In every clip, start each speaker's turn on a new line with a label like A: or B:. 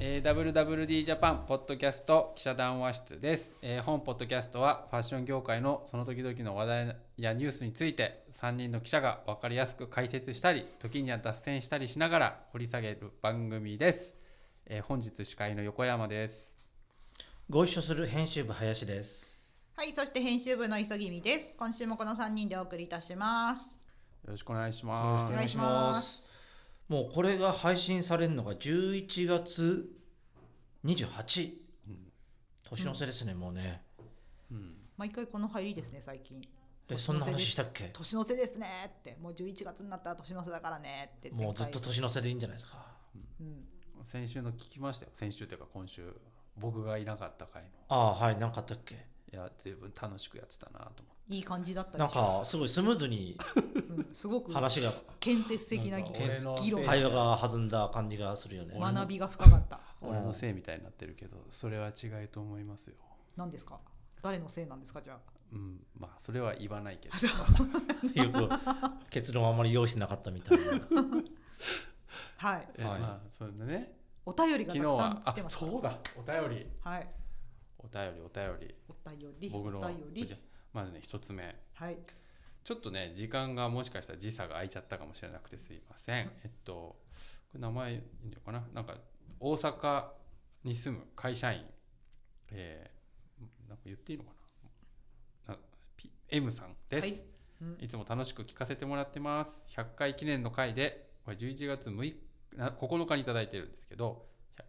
A: えー、WWD ジャパンポッドキャスト記者談話室です、えー本ポッドキャストはファッション業界のその時々の話題やニュースについて3人の記者が分かりやすく解説したり時には脱線したりしながら掘り下げる番組です、えー本日司会の横山です
B: ご一緒する編集部林です。。
C: はい、そして編集部の磯君です。今週もこの三人でお送りいたします。
A: よろしくお願いしま
C: お
A: す
C: 願いします
B: もうこれが配信されるのが11月28。年の瀬ですね、もうね。
C: 毎回この入りですね、最近。
B: で、そんな話したっけ？
C: 年の瀬ですねって、もう11月になったら年の瀬だからねって。
B: もうずっと
C: 前回、
B: 年の瀬でいいんじゃないですか。
C: うん、
A: 先週の聞きましたよ先週というか今週僕がいなかった回の
B: ああ、はい、なんかあったっけ？
A: いや随分楽しくやってたなと思って
C: いい感じだったでしょ
B: なんかすごいスムーズに
C: うんすごく
B: 話が
C: 建設的
A: な
C: な
A: ん
C: 議
A: か俺の
C: 議論、
B: 会話が弾んだ感じがするよね。
C: 学びが深かった。
B: うん
A: 俺のせいみたいになってるけどそれは違うと思いますよ
C: 何ですか誰のせいなんですか、じゃ
A: うんまあそれは言わないけど
C: あ。じゃあ
B: よく結論あまり用意してなかったみたいな。
C: はい。
A: え
B: はい
A: まあそうだね
C: お便り
A: 昨
C: がた
A: 日
C: くさん
A: は
C: 来
A: あ
C: てました。
A: そうだお便り
C: はい。
A: お便りお便
C: お便
A: り
C: り、お
A: 僕の
C: 便
A: じゃ
C: り。
A: まずね一つ目
C: はい。
A: ちょっとね時間がもしかしたら時差が空いちゃったかもしれなくてすいませんえっとこれ名前いいのかななんか大阪に住む会社員えー、なんか言っていいのかなな P- M さんです、
C: はいいうん
A: つも楽しく聞かせてもらってます100回記念の回でこれ11月6日な9日にいただいてるんですけど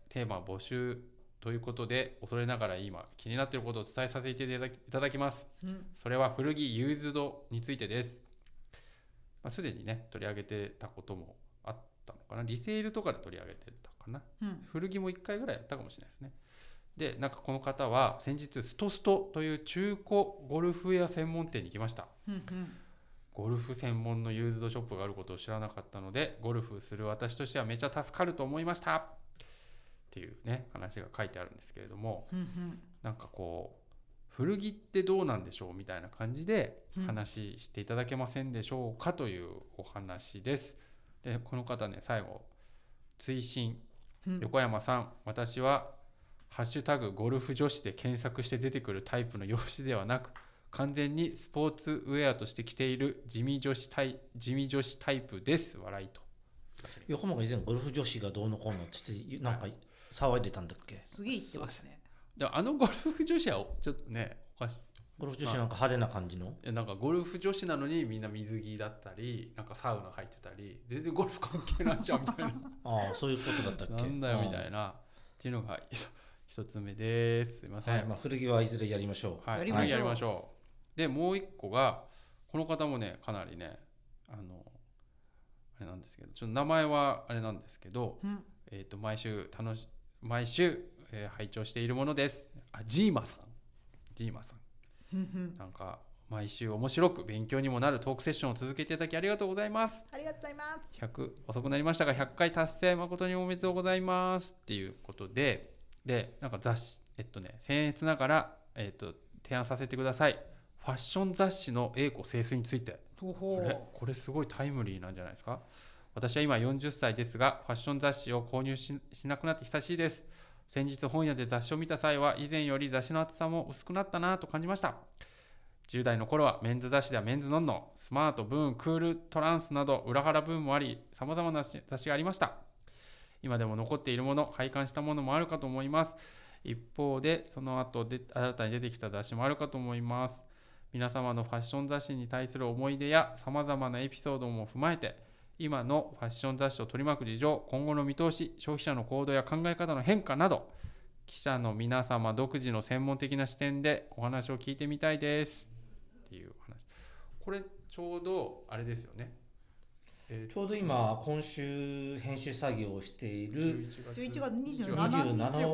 A: テーマ募集ということで恐れながら今気になっていることを伝えさせていただきいただきます
C: うん
A: それは古着ユーズドについてです。まあ、すでにね、取り上げてたこともあったのかな。リセールとかで取り上げてたかな。
C: うん
A: 古着も1回ぐらいやったかもしれないですね。で、なんかこの方は先日、ストストという中古ゴルフウェア専門店に来ました。
C: うんうん
A: ゴルフ専門のユーズドショップがあることを知らなかったので、ゴルフする私としてはめちゃ助かると思いましたっていうね、話が書いてあるんですけれども、
C: うんうん
A: なんかこう古着ってどうなんでしょうみたいな感じで
C: うん
A: 話していただけませんでしょうかというお話です。でこの方ね最後追伸
C: うん
A: 横山さん私は「ハッシュタグゴルフ女子」で検索して出てくるタイプの容姿ではなく完全にスポーツウェアとして着ている地味女子タイ地味女子タイプです笑いと。
B: 横浜が以前ゴルフ女子がどうのこうのって言ってなんか騒いでたんだっけ？
C: すげえ言ってますね。
A: であのゴルフ女子はおちょっとねおかしい
B: ゴルフ女子なんか派手な感じの。
A: いやなんかゴルフ女子なのにみんな水着だったりなんかサウナ入ってたり全然ゴルフ関係ないじゃんみたいな
B: ああそういうことだったっけ
A: なんだよみたい
B: な、
A: なっていうのが一つ一つ目ですすいません、
B: はいまあ、古着はいずれやりましょう、
A: はい、
C: やりましょう
A: やりましょうでもう一個がこの方もねかなりねあのあれなんですけどちょっと名前はあれなんですけど、
C: うん
A: えー、と毎週楽し毎週、えー拝聴しているものですあジーマさんジーマさん
C: うんうん
A: なんか毎週面白く勉強にもなるトークセッションを続けていただきありがとうございます。
C: ありがとうございます。
A: 100遅くなりましたが100回達成誠におめでとうございますっていうことででなんか雑誌えっとね僭越ながら、えっと、提案させてくださいファッション雑誌の栄子清水について
C: 東
A: これ
C: 宝。
A: これすごいタイムリーなんじゃないですか私は今40歳ですがファッション雑誌を購入ししなくなって久しいです先日本屋で雑誌を見た際は以前より雑誌の厚さも薄くなったなと感じました10代の頃はメンズ雑誌ではメンズノンノスマートブーンクールトランスなど裏腹ブーンもありさまざまな雑誌がありました今でも残っているもの拝観したものもあるかと思います一方でその後で新たに出てきた雑誌もあるかと思います皆様のファッション雑誌に対する思い出やさまざまなエピソードも踏まえて今のファッション雑誌を取り巻く事情今後の見通し消費者の行動や考え方の変化など記者の皆様独自の専門的な視点でお話を聞いてみたいですっていうお話これちょうどあれですよねえ
B: ちょうど今今週編集作業をしている
A: 11月
C: 11月27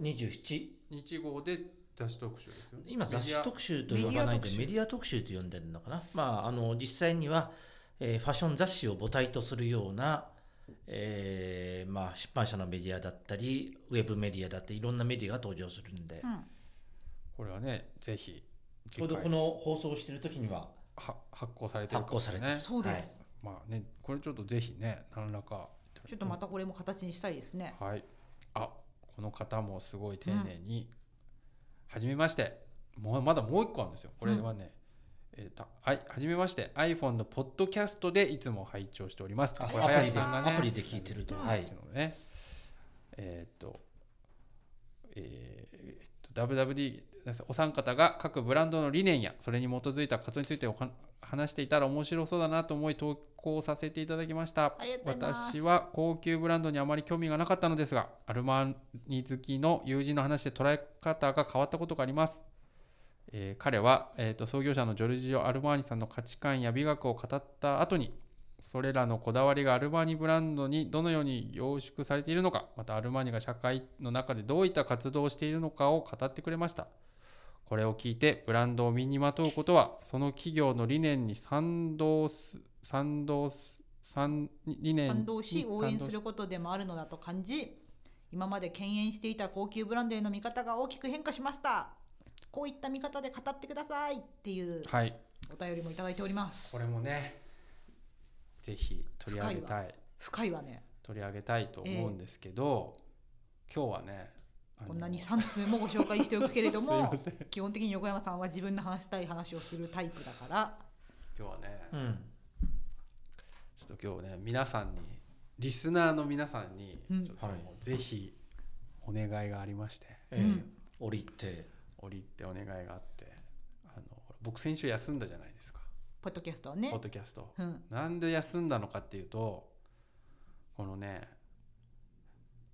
B: 2727
A: 日号で雑誌特集ですよね
B: 今雑誌
A: 集
B: 特集と呼ばないでメディア特集と呼んでるのかなまああの実際には、えーファッション雑誌を母体とするような、えーまあ、出版社のメディアだったりウェブメディアだっていろんなメディアが登場するんで、
C: うん
A: これはねぜひ
B: ちょうどこの放送をしている時には
A: は発行されてる
B: 発
A: か
B: 行
A: も
B: されてる、
A: ね
C: そうです。
A: まあねこれちょっとぜひね何らか
C: ちょっとまたこれも形にしたいですね。
A: はいあここの方もすごい丁寧に、はじめましてもうまだもう一個あるんですよこれはね、えーとはい、はじめまして iPhone のポッドキャストでいつも拝聴しております。
B: あ
A: これ
B: アプリ
A: 林
B: で
A: さんがね
B: アプリで聞いてると
A: は
B: はいい。
A: ね、えーっと、えーっと、WWD、お三方が各ブランドの理念や、それに基づいた活動についておは話していたら面白そうだなと思い投稿させていただきました。
C: ありがとうございます
A: 私は高級ブランドにあまり興味がなかったのですが、アルマーニ好きの友人の話で捉え方が変わったことがあります。えー彼は、えーっと創業者のジョルジオ・アルマーニさんの価値観や美学を語った後にそれらのこだわりがアルマーニブランドにどのように凝縮されているのかまたアルマーニが社会の中でどういった活動をしているのかを語ってくれましたこれを聞いてブランドを身にまとうことはその企業の理念に賛同す賛同す賛理念に
C: 賛同し応援す
A: 賛同
C: ることでもあるのだと感じ今まで敬遠していた高級ブランドへの見方が大きく変化しましたこういった見方で語ってくださいっていう
A: しはい
C: お便りもいただいております
A: これもねぜひ取り上げたい
C: 深いわね
A: 取り上げたいと思うんですけど、今日はねあの
C: こんなに3通もご紹介しておくけれども
A: すいま せん
C: 基本的に横山さんは自分の話したい話をするタイプだから
A: 今日はね、
B: うん。
A: ちょっと今日ね皆さんにリスナーの皆さんに
C: うん
A: ちょっともうぜひお願いがありまして、
B: えー
C: うん
B: 降りて。
A: 折りってお願いがあってあの僕先週休んだじゃないですか
C: ポッドキャストはね
A: ポッドキャスト。
C: うん
A: なんで休んだのかっていうとこのね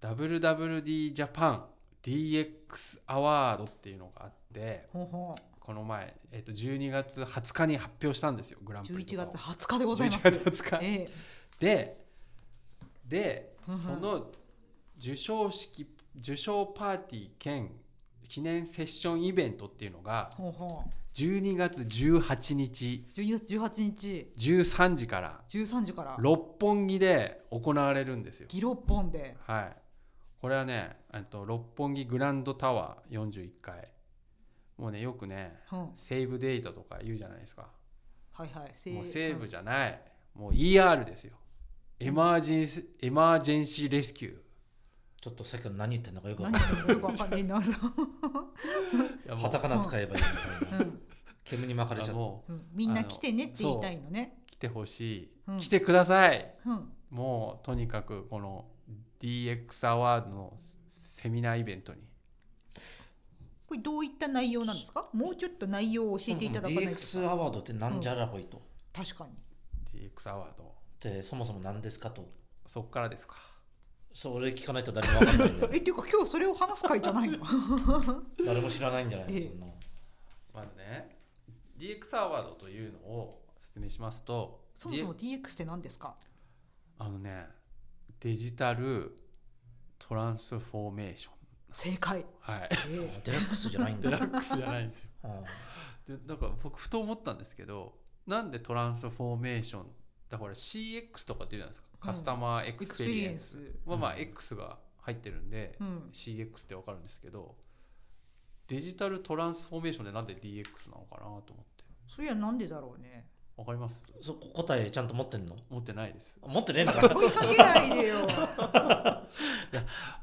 A: WWD ジャパン DX アワードっていうのがあって
C: ほうほ
A: この前、えっと12月20日に発表したんですよグラ
C: う
A: ンプリ
C: 11
A: とかを
C: 月20日でございます
A: 11月20日
C: ええ
A: でで
C: うんうん
A: その授賞式受賞パーティー兼記念セッションイベントっていうのが
C: ほうほう
A: 12月18日
C: 12月18日
A: 13時から
C: 13時から
A: 六本木で行われるんですよ。
C: ギロッポンで
A: はい、これはねえっと六本木グランドタワー41階もうねよくね
C: うん
A: セーブデータとか言うじゃないですか
C: はいはいセ
A: もうセーブじゃないもう ER ですよエマージェンスエマージェンシーレスキュー
B: ちょっとさっきから何言ってんのかよくわ
C: 何
B: かんない。
C: 言ってるかよくわかんないなるほど
A: いやもう
B: カタカナ使えばいいみたいな。
C: うん
B: 煙に巻かれちゃ
A: あ
B: っ
A: も
C: うんみんな来てねって言いたいのね
A: う来てほしい、
C: うん
A: 来てください
C: うん
A: もうとにかくこの DX アワードのセミナーイベントに
C: これどういった内容なんですかもうちょっと内容を教
B: た。
C: えていただかないと
B: DX アワードってなんじゃらほいと。
C: 確かに
A: DX アワード
B: で、そもそも何ですかと。
A: そっからですか
B: それ聞かないと誰もわかんないんだ
C: え
B: よ。
C: っていうか今日それを話す会じゃないの
B: 誰も知らないんじゃないの
C: ええ
B: そんなの。
A: まずね DX アワードというのを説明しますと
C: そもそも
A: D-
C: DX って何ですか
A: あのねデジタルトランスフォーメーション
C: 正解
A: はい
C: ええ
B: デラックスじゃないんだ
A: デ。ラックスじゃないんですよ
B: うん
A: でなんか僕ふと思ったんですけどなんでトランスフォーメーションだから CX とかって言うじゃないですか、
C: うん
A: カスタマーエク
C: エク
A: ス
C: スペ
A: ペ
C: リ
A: リ
C: エ
A: エ
C: ン
A: ン
C: ス
A: スはまあ
B: うん
A: X が入ってるんで、
C: うん
A: CX ってわかるんですけどデジタルトランスフォーメーションでなんで DX なのかなと思って
C: それはなんでだろうね
A: わかります
B: そこ答えちゃんと持ってんの
A: 持ってないです
B: 持ってねえんだ。
C: 追いかけないでよ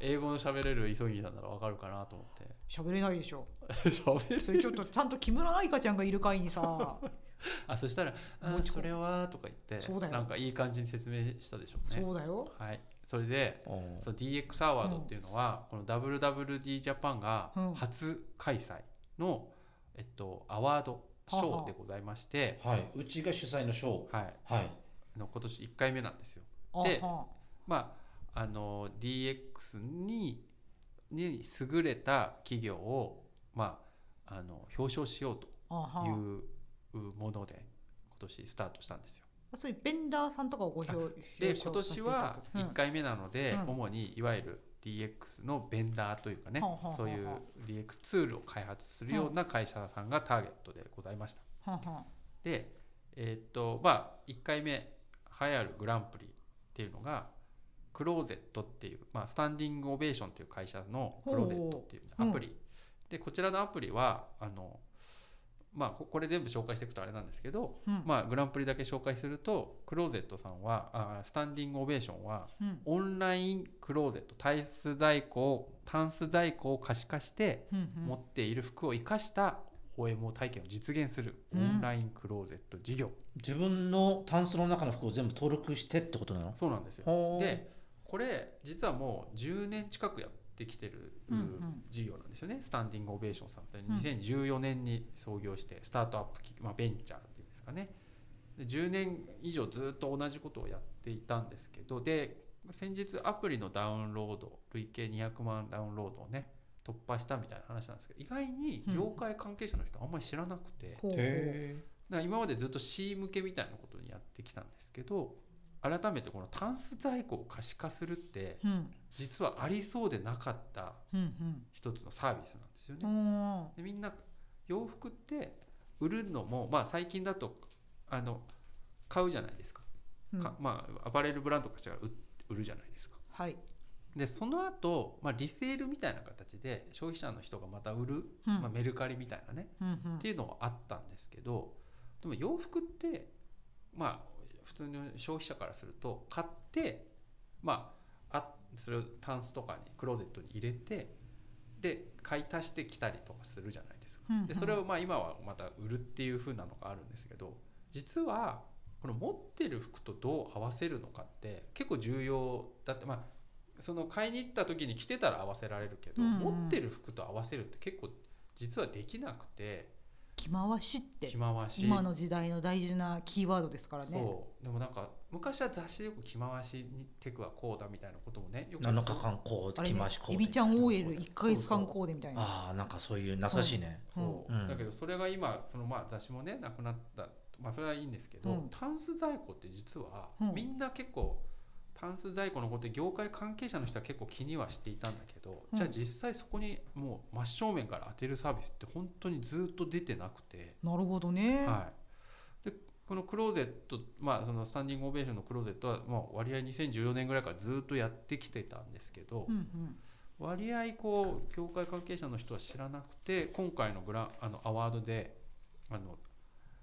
A: 英語の喋れる急ぎさんならわかるかなと思って
C: 喋れないでしょ
A: 喋る
C: それちょっとちゃんと木村愛花ちゃんがいる会にさ
A: あそしたら「あ
C: もう
A: ー
C: 一個
A: それは」とか言って
C: そうだよ
A: なんかいい感じに説明したでしょ うね
C: そうだよ
A: はいそれで
B: うん
A: そう DX アワードっていうのは、この WWD ジャパンが
C: うん
A: 初開催の、えっと、アワード賞でございまして、
B: はい。うちが主催のショー。
A: はい、
B: はい。
A: あの今年1回目なんですよ。で
C: あは
A: まあ、あの DX にに優れた企業を、まあ、あの表彰しようと
C: あはいあ
A: うもので今年スタートしたんですよ。
C: そういうベンダーさんとかをご表
A: で今
C: 表彰させて
A: 年
C: いただ
A: は
C: く
A: 1回目なので、
C: うん
A: 主にいわゆる DX のベンダーというかね、
C: ほうほうほうほう
A: そういう DX ツールを開発するような会社さんがターゲットでございました。
C: うんはんはん
A: で、えーっとまあ、1回目栄えあるグランプリっていうのがクローゼットっていう、まあ、スタンディングオベーションっていう会社のクローゼットっていうアプリ、でこちらのアプリはあのまあ、ここれ全部紹介していくとあれなんですけど、
C: うん
A: まあ、グランプリだけ紹介するとクローゼットさんはあスタンディングオベーションは
C: うん
A: オンラインクローゼットタイス在庫をタンス在庫を可視化して
C: うんうん
A: 持っている服を生かした OMO 体験を実現するオ
C: うん
A: ンラインクローゼット事業、
B: 自分のタンスの中の服を全部登録してってことなの
A: そうなんですよ
B: ほー
A: でこれ実はもう10年近くやってきてる
C: うんうん
A: 事業なんですよね、スタンディングオベーションさんって
C: ん
A: 2014年に創業してスタートアップ企業、まあ、ベンチャーっていうんですかねで10年以上ずっと同じことをやっていたんですけどで先日アプリのダウンロード累計200万ダウンロードをね突破したみたいな話なんですけど意外に業界関係者の人あんまり知らなくて、
C: ほう
B: へ
A: だから今までずっと C 向けみたいなことにやってきたんですけど改めてこのタンス在庫を可視化するって
C: うん
A: 実はありそうでなかった
C: うん
A: 一つのサービスなんですよ
C: う
A: ね。
C: んおー
A: でみんな洋服って売るのも、まあ、最近だとあの買うじゃないですか,
C: うん
A: か、まあ、アパレルブランドとかしたら売売るじゃないですか。
C: はい
A: でその後、まあリセールみたいな形で消費者の人がまた売る、
C: うん
A: まあ、メルカリみたいなね
C: うんうん
A: っていうのはあったんですけどでも洋服ってまあ普通の消費者からすると買ってまああそれをタンスとかにクローゼットに入れてで買い足してきたりとかするじゃないですか。
C: うんうん
A: でそれをまあ今はまた売るっていう風なのがあるんですけど実はこの持ってる服とどう合わせるのかって結構重要だってまあその買いに行った時に着てたら合わせられるけど、
C: うんうん
A: 持ってる服と合わせるって結構実はできなくて
C: 着回しって
A: 着回し
C: 今の時代の大事なキーワードですからね
A: そうでもなんか昔は雑誌でよく着回しにテクはこうだみたいなこともねよく
B: 7日間こう
C: あれ
B: 着
C: ね
B: 回しこうで
C: エビちゃん OL 一ヶ月
A: そ
C: 間
A: うそう
C: コーデみたいな
B: ああなんかそういう懐かしいね、
A: そう、
B: うん
A: だけどそれが今そのまあ雑誌もねなくなったまあそれはいいんですけど、
C: うん
A: タンス在庫って実は
C: うん
A: みんな結構タンス在庫のことで業界関係者の人は結構気にはしていたんだけど、
C: うん
A: じゃあ実際そこにもう真正面から当てるサービスって本当にずっと出てなくて。
C: なるほどね
A: はい、でこのクローゼット、まあ、そのスタンディングオベーションのクローゼットは、まあ、割合2014年ぐらいからずっとやってきてたんですけど、
C: うんうん
A: 割合こう業界関係者の人は知らなくて今回のグランあのアワードであの、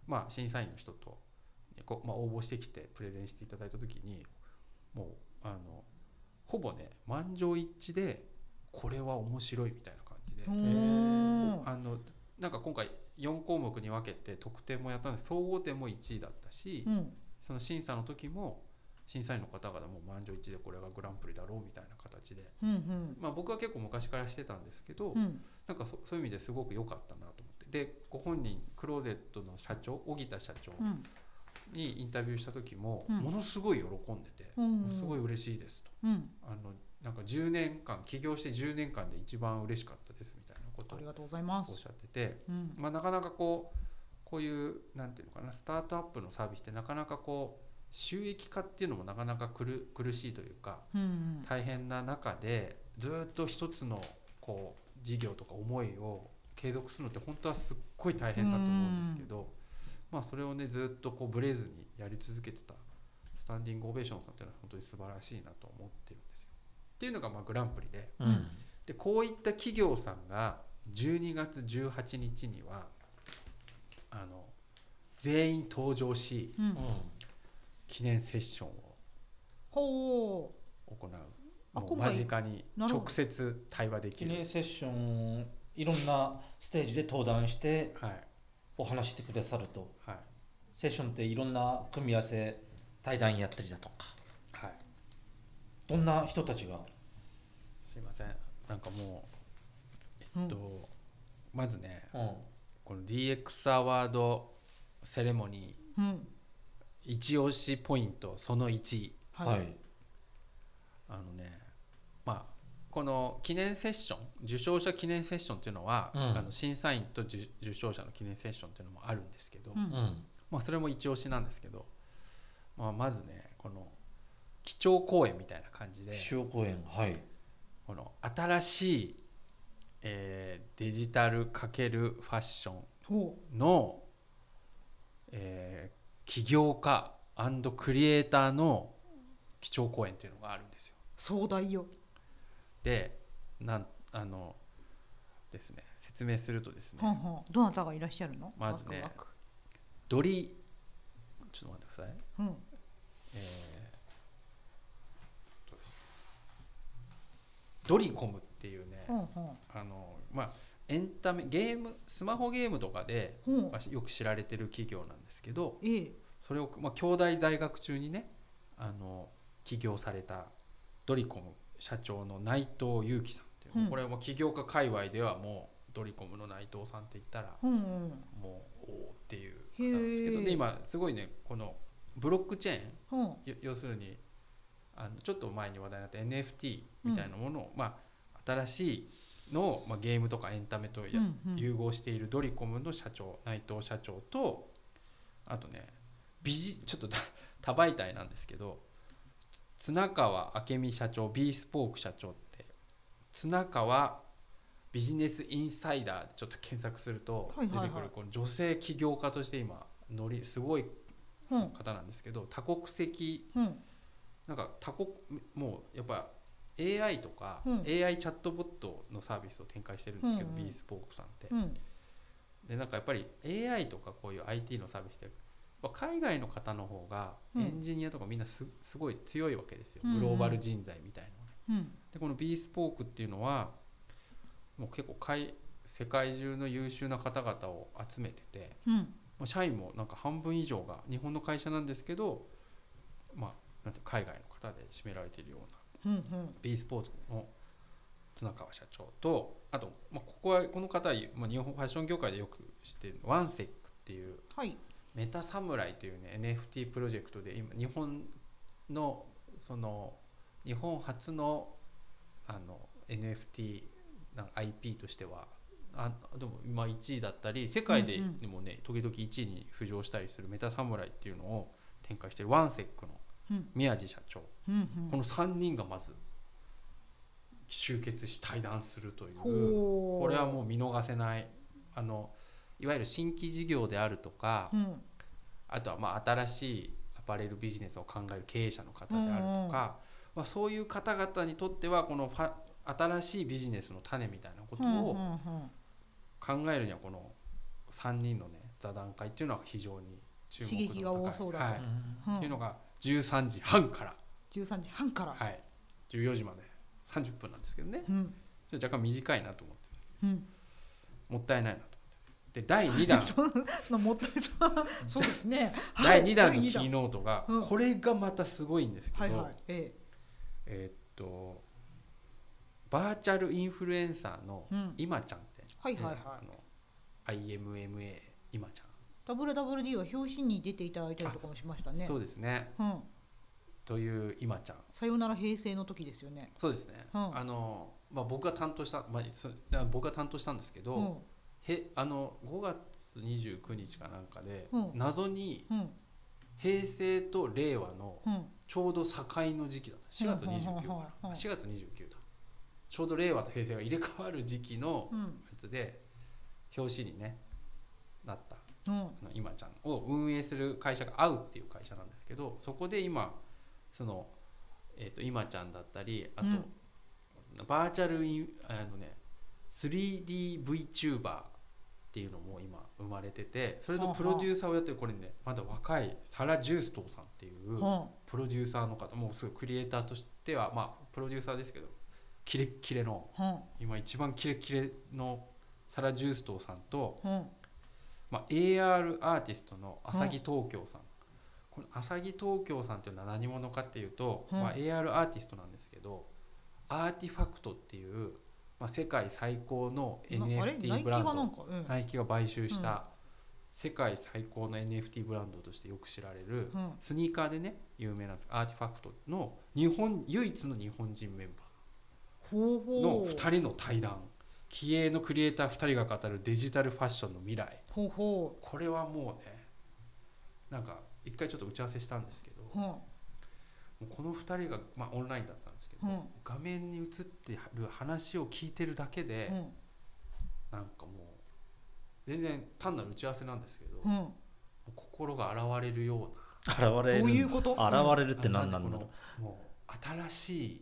A: まあ、審査員の人とこう、まあ、応募してきてプレゼンしていただいた時にもうあのほぼね満場一致でこれは面白いみたいな感じで。
C: おー
B: ー
A: あのなんか今回4項目に分けて得点もやったんです総合点も1位だったし、
C: うん
A: その審査の時も審査員の方々も満場一致でこれがグランプリだろうみたいな形で、
C: うんうん
A: まあ、僕は結構昔からしてたんですけど、
C: うん
A: なんかそそういう意味ですごく良かったなと思ってでご本人クローゼットの社長荻田社長
C: うん
A: にインタビューした時も、
C: うん
A: ものすごい喜んでて、
C: うん
A: すごい嬉しいですと。
C: うん
A: あのなんか10年間起業して10年間で一番嬉しかったですみたいなこと
C: あ
A: を
C: りがとうございま
A: おっし
C: す
A: ゃってて
C: うん
A: まあ、なかなかこうこういうなんていうのかなスタートアップのサービスってなかなかこう収益化っていうのもなかなか苦苦しいというか
C: うんうん
A: 大変な中でずっと一つのこう事業とか思いを継続するのって本当はすっごい大変だと思うんですけど、まあ、それをねずっとこうブレずにやり続けてたスタンディングオベーションさんっていうのは本当に素晴らしいなと思ってるんですよ。っていうのがまあグランプリで
B: うん
A: でこういった企業さんが12月18日にはあの全員登場し
C: う
B: うんん
A: 記念セッションを
C: ほ
A: 行う
C: あ
A: もう間
C: 今回
A: 近に
C: なるほど
A: 直接対話でき
B: 記
A: る
B: 念セッションいろんなステージで登壇して
A: はい
B: お話してくださると
A: はい
B: セッションっていろんな組み合わせ対談やったりだと
A: は
B: か
A: い
B: どんな人たちが
A: すいませんなんかもう
C: うう
A: えっと、
C: ん
A: まずね
B: うん
A: この DX アワードセレモニ
C: うん
A: ー一押しポイントその1
B: はい、
A: あのねまあこの記念セッション受賞者記念セッションっていうのは、
B: うん
A: あの審査員と受受賞者の記念セッションっていうのもあるんですけど、
C: うん
B: うん
A: まあ、それも一押しなんですけど、まあ、まずねこの基調講演みたいな感じで
B: 主要公演はい
A: この新しい、えーデジタル×ファッショ
C: ほ
A: ンの、えー起業家クリエイターの基調講演っていうのがあるんですよ。
C: う壮大よ
A: でなんあのですね説明するとですね
C: ほんほんどなたがいらっしゃるの
A: まずね
C: ワクワク
A: ドリちょっと待ってください
C: うん
A: えーどうでしたドリコムっていうね、
C: ほんほん
A: あのまあエンタメゲームスマホゲームとかで、
C: ほん
A: まあ、よく知られてる企業なんですけど
C: ええ
A: それを、まあ、兄弟在学中にねあの起業されたドリコム社長の内藤裕樹さんっていう、
C: うん
A: これはもう起業家界隈ではもうドリコムの内藤さんって言ったら
C: ほんうん
A: もうおおっていう方なんですけど
C: へー
A: で今すごいねこのブロックチェーン
C: ほん
A: よ要するにあのちょっと前に話題になった NFT みたいなものを、まあ、新しいのを、まあ、ゲームとかエンタメとや、
C: うんうん
A: 融合しているドリコムの社長内藤社長とあとねビジちょっとた 多媒体なんですけど綱川明美社長 B スポーク社長って綱川ビジネスインサイダーでちょっと検索すると
C: は
A: 出
C: い
A: て
C: はいは
A: く
C: い
A: るこの女性起業家として今乗りすごい
C: ほん
A: 方なんですけど多国籍
C: ほん
A: なんか多国もうやっぱ AI とか、
C: うん
A: AI チャットボットのサービスを展開してるんですけど、
C: うんうん
A: B スポークさんって、
C: うん
A: でなんかやっぱり AI とかこういう IT のサービスってやっぱ海外の方の方が
C: うん
A: エンジニアとかみんなすすごい強いわけですよ、
C: うんうん
A: グローバル人材みたいなのね
C: うん
A: でこの B スポークっていうのはもう結構海世界中の優秀な方々を集めてて、
C: うん
A: まあ、社員もなんか半分以上が日本の会社なんですけど、まあ、なんていうか海外の方で占められているような
C: うんうん
A: B スポーツの綱川社長とあと、まあ、ここはこの方は、まあ、日本ファッション業界でよく知っているワンセックっていう
C: はい
A: メタサムライという、ね、NFT プロジェクトで今日本のその日本初のあの NFT なんか IP としてはあでも今1位だったり世界で
C: うんうん
A: でもね、時々1位に浮上したりするメタサムライっていうのを展開しているワンセックの
C: うん
A: 宮地社長、
C: うんうん
A: この3人がまず集結し対談するという。
C: ほ
A: これはもう見逃せないあのいわゆる新規事業であるとか、
C: ううん
A: あとはまあ新しいアパレルビジネスを考える経営者の方であるとか、
C: うんうん
A: まあ、そういう方々にとってはこのファ新しいビジネスの種みたいなこと
C: うん
A: を
C: うんうん
A: 考えるにはこの3人のね座談会っていうのは非常に注目度の高い
C: 刺激が多そうだと
A: はい
C: うん
A: っていうのが13時半から、
C: 13時半から、
A: はい、14時まで30分なんですけどね
C: うん
A: ちょっと若干短いなと思ってます
C: うん、
A: もったいないなと思ってで第2弾
C: そんなもったいそうそうですね
A: 第2弾の
C: 第
A: キ
C: 二
A: ーノートが、
C: うん
A: これがまたすごいんですけど、
C: はいはいえ
A: えーっとバーチャルインフルエンサーの
C: えうん、
A: 今ちゃんって、
C: はいはいはい
A: あの IMMA 今ちゃ
C: WWD は表紙に出ていただいたりとかもしました
A: ん、
C: ね
A: そうですね
C: うん、
A: という今ちゃん
C: さよなら平成の時ですよね
A: そうですね、
C: うん
A: あの、まあ、僕が担当した、まあ、そあ僕が担当したんですけど、
C: うん
A: へあの5月29日かなんかで、
C: うん
A: 謎に
C: うん
A: 平成と令和の
C: うん
A: ちょうど境の時期だった4月29日
C: うんうんうんうんうん
A: 4月29だちょうど令和と平成が入れ替わる時期の
C: うん
A: やつで表紙にねなった
C: うん
A: あの今ちゃんを運営する会社が会うっていう会社なんですけどそこで今その、えー、と今ちゃんだったりあと、
C: うん
A: バーチャルインあのね 3DVTuber っていうのも今生まれててそれのプロデューサーをやってるこれねまだ若いサラ・ジューストーさんっていう
C: うん
A: プロデューサーの方もうすごいクリエイターとしてはまあプロデューサーですけどキレッキレの
C: うん
A: 今一番キレッキレのサラ・ジューストーさんと
C: うん
A: まあ、AR アーティストの浅木東京さん、この浅木東京さんというのは何者かっていうと、
C: うん
A: まあ、AR アーティストなんですけどアーティファクトっていう、まあ、世界最高の
C: なあれナイ
A: NFT
C: キ
A: ブラ
C: が
A: ン
C: なん
A: ド
C: か、うん
A: ナイキが買収し
C: うん
A: た世界最高の NFT ブランドとしてよく知られる、
C: うん
A: スニーカーでね有名なんですアーティファクトの日本唯一の日本人メンバー。
C: ほうほう
A: の2人の対談気鋭のクリエイター2人が語るデジタルファッションの未来
C: ほうほ
A: これはもうねなんか一回ちょっと打ち合わせしたんですけど、
C: ううん
A: もうこの2人が、まあ、オンラインだったんですけど、
C: うん
A: 画面に映ってる話を聞いてるだけで、
C: うん
A: なんかもう全然単なる打ち合わせなんですけど、
C: う
A: も
C: ん
A: う心が洗われるような
B: 現れる
C: どういうこと
B: 現れるって何な
A: あ
B: んだろう
A: なんてこのもう新しい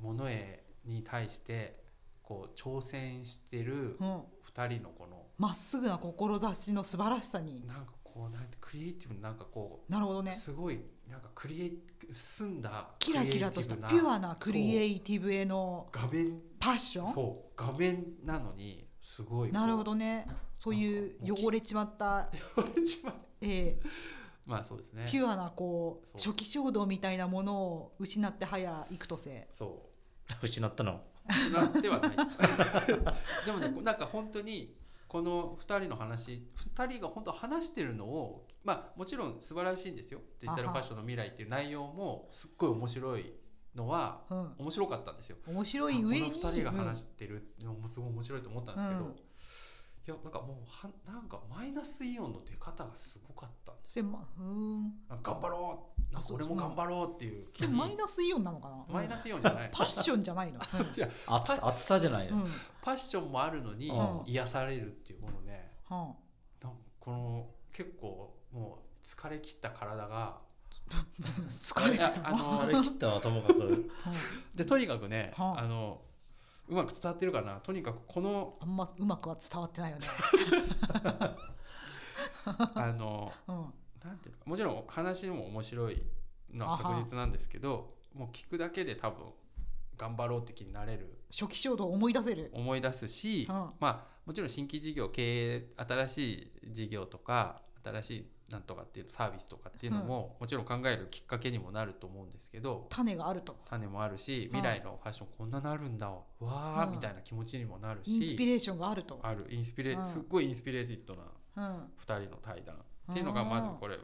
A: ものへに対してこう挑戦してる
C: うん、
A: 2人のこの
C: まっすぐな志の素晴らしさに
A: なんかこうなんてクリエイティブなんかこ
C: なるほど
A: う
C: ね
A: すごいなんかクリエイ澄んだ
C: キラキラとした
A: クリ
C: ピ
A: エイティブ
C: ュアなクリエ
A: イ
C: イティブへの
A: 画面
C: パッション
A: そう画面なのにすごいこう
C: なるほどねそういう
A: なんか
C: 汚れちまった、
A: これ一番
C: え
A: まあそうですね
C: ー、ピュアなこう
A: そう
C: 初期衝動みたいなものを失って早いくとせ
A: そう
B: 失ったの
A: なってはない でもねなんか本当にこの2人の話2人が本当話してるのをまあもちろん素晴らしいんですよデジタル
C: あ
A: フ
C: は
A: ァッションの未来っていう内容もすっごい面白いのは
C: うん
A: 面白かったんですよ。
C: 面白
A: あこ
C: い
A: の
C: 上に
A: 2人が話
C: う
A: してるのもすごい面白いと思ったんですけど、
C: うん
A: いやなんかもうはなんかマイナスイオンの出方がすごかったんで
C: ん
A: す
C: でまうん
A: なんか頑張ろうなん
C: あ
A: か
C: そう
A: 俺も頑張ろうっていう気
C: で
A: に
C: もマイナスイオンなのかな、
A: マイナスイオンじゃない
C: パッションじゃな いの、う
B: 暑暑さじゃない
C: ん
B: の、
C: うん
A: パッションもあるのに
B: うん
A: 癒されるっていうこのね、
C: は
A: なんかこの結構もう疲れ切った体が
C: あ、疲れてた
A: いやあ
C: の
A: の
B: 疲 れ切ったはともかく
C: うん
A: でとにかくね、
C: はあ
A: あのうまく伝わってるかなとにかくこ の
C: あんまうまくは伝わってない よね、
A: あの
C: うん、
A: なんていうかもちろん話も面白いのは確実なんですけどもう聞くだけで多分頑張ろうって気になれる
C: 初期衝動を思い出せる
A: 思い出すし、
C: うん
A: まあもちろん新規事業経営新しい事業とか新しいなんとかっていうサービスとかっていうのも、もちろん考えるきっかけにもなると思うんですけど
C: 種があると
A: 種もあるし
C: はい
A: 未来のファッションこんななるんだわー
C: うん
A: みたいな気持ちにもなる
C: インスピ
A: し
C: レーションがあると、
A: あるインスピレ
C: うん
A: すっごいインスピレーティッドな
C: うん、
A: 2人の対談っていうのが
C: うん
A: まずこれ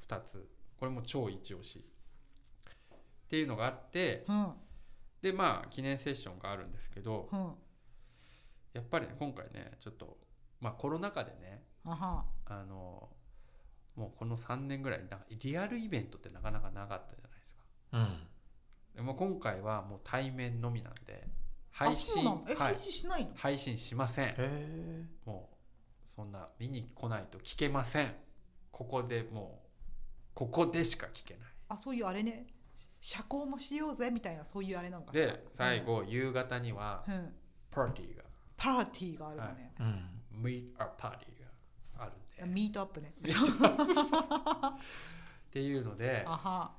A: 2つこれも超一押しっていうのがあって
C: うん
A: でまあ記念セッションがあるんですけど
C: うんあ
A: やっぱりね今回ねちょっとまあコロナ禍でね
C: は
A: あのもうこの3年ぐらいなんかリアルイベントってなかなかなかったじゃないですか。
B: うん
A: でも今回はもう対面のみなんで配
C: あそう
A: 信
C: なの
A: は
C: え、
A: い
C: 配信しないの
A: 配信しません
B: へ
A: もうそんな見に来ないと聞けませんここでもうここでしか聞けない
C: あそういうあれね社交もしようぜみたいなそういうあれなのかしら
A: で最、後夕方には
C: うんうん、
A: パーティーが
C: パーティーがあるのね、
B: うん、
A: Meet a Party があるんでっ
C: ミートアップね
A: ていうので
C: あは